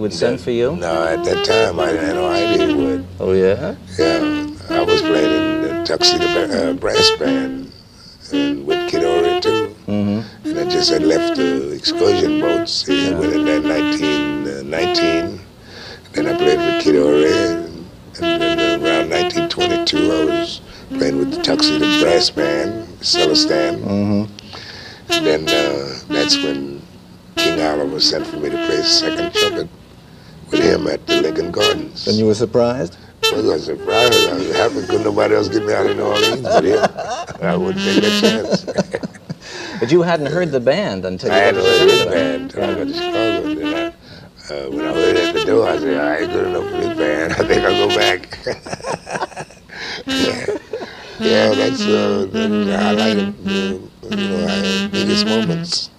would send for you? No, at that time I didn't have no idea he would. Oh, yeah? Yeah, I was playing in the Tuxedo Ba- uh, Brass Band and with Kid Ory too. Mm-hmm. And I just had left the excursion boats and went in that 19, uh, 19. Then I played with Kid Ory. And, and then around 1922, I was playing with the Tuxedo Brass Band, Celestan. Mm-hmm. And then uh, that's when King Oliver sent for me to play second trumpet with him at the Lincoln Gardens. And you were surprised? I was surprised. I was happy. Couldn't nobody else get me out of New Orleans but him. I wouldn't take that chance. But you hadn't heard the band until I you had to got heard to this Chicago. band until I got to Chicago. And then I, uh, when I heard it at the door, I said, I ain't good enough for this band. I think I'll go back. yeah. yeah, that's, uh, that, I like it. Uh, you know, I, biggest moments.